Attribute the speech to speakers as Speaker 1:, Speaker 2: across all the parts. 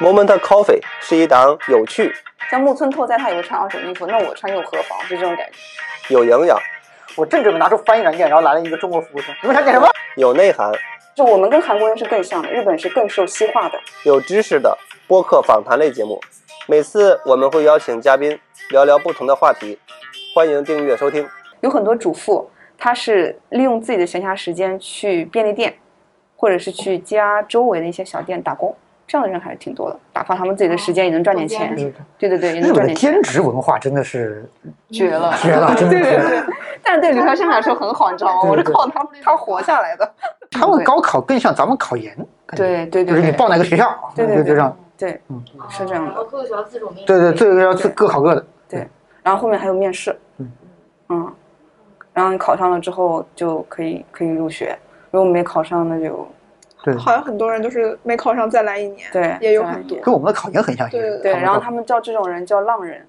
Speaker 1: Moment Coffee 是一档有趣、
Speaker 2: 像木村拓哉，他也会穿二手衣服，那我穿又何妨？就这种感觉。
Speaker 1: 有营养、
Speaker 3: 我正准备拿出翻译软件，然后来了一个中国服务生，你们想点什么？
Speaker 1: 有内涵、
Speaker 2: 就我们跟韩国人是更像的，日本是更受西化的。
Speaker 1: 有知识的播客访谈类节目。每次我们会邀请嘉宾聊聊不同的话题，欢迎订阅收听。
Speaker 2: 有很多主妇，她是利用自己的闲暇时间去便利店，或者是去家周围的一些小店打工，这样的人还是挺多的，打发他们自己的时间也能赚点钱
Speaker 4: 中。
Speaker 3: 间
Speaker 2: 对对对，也
Speaker 3: 日
Speaker 2: 能
Speaker 3: 本
Speaker 2: 赚
Speaker 3: 哎的
Speaker 2: 点钱。
Speaker 3: 兼职文化真的是
Speaker 2: 绝了，
Speaker 3: 绝了，真的
Speaker 2: 对对
Speaker 3: 绝了。
Speaker 2: 对，但是对留学生来说很好，你知道吗？
Speaker 3: 对对
Speaker 2: 我是
Speaker 3: 对
Speaker 2: 靠他们他活下来的。
Speaker 3: 他们高考更像咱们考研，感觉，
Speaker 2: 对对
Speaker 3: 就
Speaker 2: 对
Speaker 3: 是你
Speaker 2: 对
Speaker 3: 报哪个学校，
Speaker 2: 对对
Speaker 3: 就
Speaker 2: 对
Speaker 3: 就这样。
Speaker 2: 对，是这样的
Speaker 4: 然后各个学校自主命
Speaker 3: 对对，这个要自
Speaker 2: 对
Speaker 3: 各考各的。
Speaker 2: 然后后面还有面试
Speaker 3: 嗯，
Speaker 2: 嗯，然后你考上了之后就可以可以入学，如果没考上那就
Speaker 3: 对，
Speaker 5: 好像很多人都是没考上再来一年，
Speaker 2: 对
Speaker 5: 也有
Speaker 2: 再来
Speaker 5: 很
Speaker 2: 一
Speaker 5: 多
Speaker 2: 年。
Speaker 3: 跟我们的考研很像。其实
Speaker 5: 对
Speaker 2: 对，
Speaker 3: 考
Speaker 2: 然后
Speaker 3: 考
Speaker 2: 他们叫这种人叫浪人，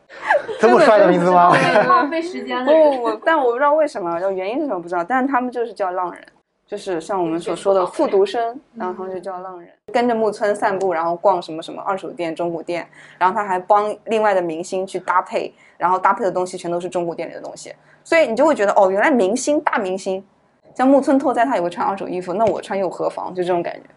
Speaker 3: 这么帅的名字吗？
Speaker 4: 对，浪费时间
Speaker 2: 不
Speaker 4: 的人。
Speaker 2: 我但我不知道为什么，就原因是什么不知道，但是他们就是叫浪人，就是像我们所说的复读生，然后他们就叫浪人，跟着木村散步，然后逛什么什么二手店、中古店，然后他还帮另外的明星去搭配，然后搭配的东西全都是中古店里的东西，所以你就会觉得哦，原来明星大明星，像木村拓哉他也会穿二手衣服，那我穿又何妨？就这种感觉。